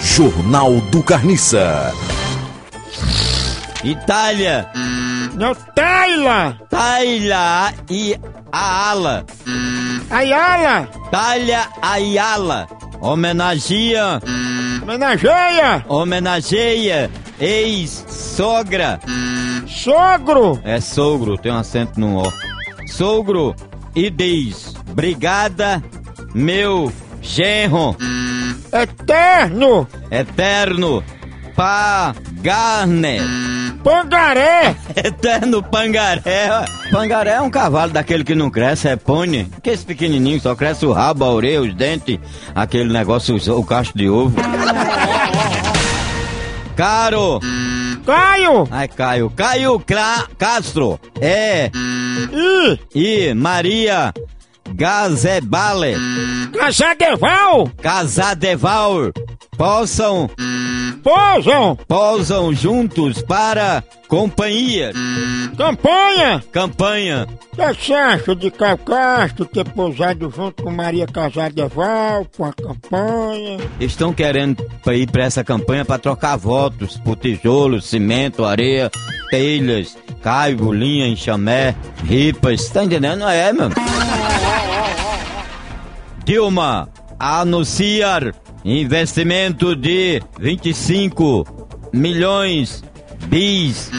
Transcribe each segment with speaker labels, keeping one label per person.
Speaker 1: Jornal do Carniça.
Speaker 2: Itália,
Speaker 3: Não, Taila!
Speaker 2: Taila e Aala,
Speaker 3: Ayala!
Speaker 2: Talha Ayala, homenageia,
Speaker 3: Menageia!
Speaker 2: homenageia, ex-sogra,
Speaker 3: Sogro!
Speaker 2: é sogro, tem um acento no O, sogro e diz, brigada, meu genro,
Speaker 3: Eterno!
Speaker 2: eterno, pagarne,
Speaker 3: Pangaré!
Speaker 2: eterno pangaré, ó. pangaré é um cavalo daquele que não cresce, é pônei, que esse pequenininho só cresce o rabo, a orelha, os dentes, aquele negócio, o cacho de ovo. Caro!
Speaker 3: Caio!
Speaker 2: Ai, Caio. Caio Cra Castro. É.
Speaker 3: I!
Speaker 2: E Maria Gazebale.
Speaker 3: Casadeval!
Speaker 2: Casadeval. Possam,
Speaker 3: Pousam!
Speaker 2: pousam juntos para companhia.
Speaker 3: Campanha!
Speaker 2: Campanha.
Speaker 3: O que você acha de Calcastro ter pousado junto com Maria Casadeval, com a campanha?
Speaker 2: Estão querendo pra ir para essa campanha para trocar votos por tijolo, cimento, areia, telhas, caibo, linha, enxamé, ripas. Tá entendendo? Não é, mano? Dilma anunciar investimento de 25 milhões bis,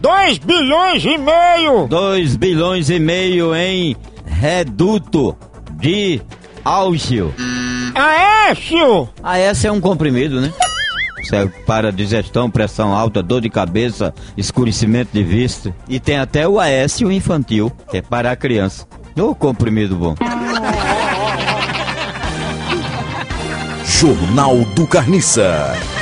Speaker 3: 2 bilhões e meio!
Speaker 2: 2 bilhões e meio em reduto de álgeo.
Speaker 3: Aécio!
Speaker 2: Ah, essa é um comprimido, né? Serve para digestão, pressão alta, dor de cabeça, escurecimento de vista. E tem até o Aécio infantil, que é para a criança. Ô, comprimido bom.
Speaker 1: Jornal do Carniça.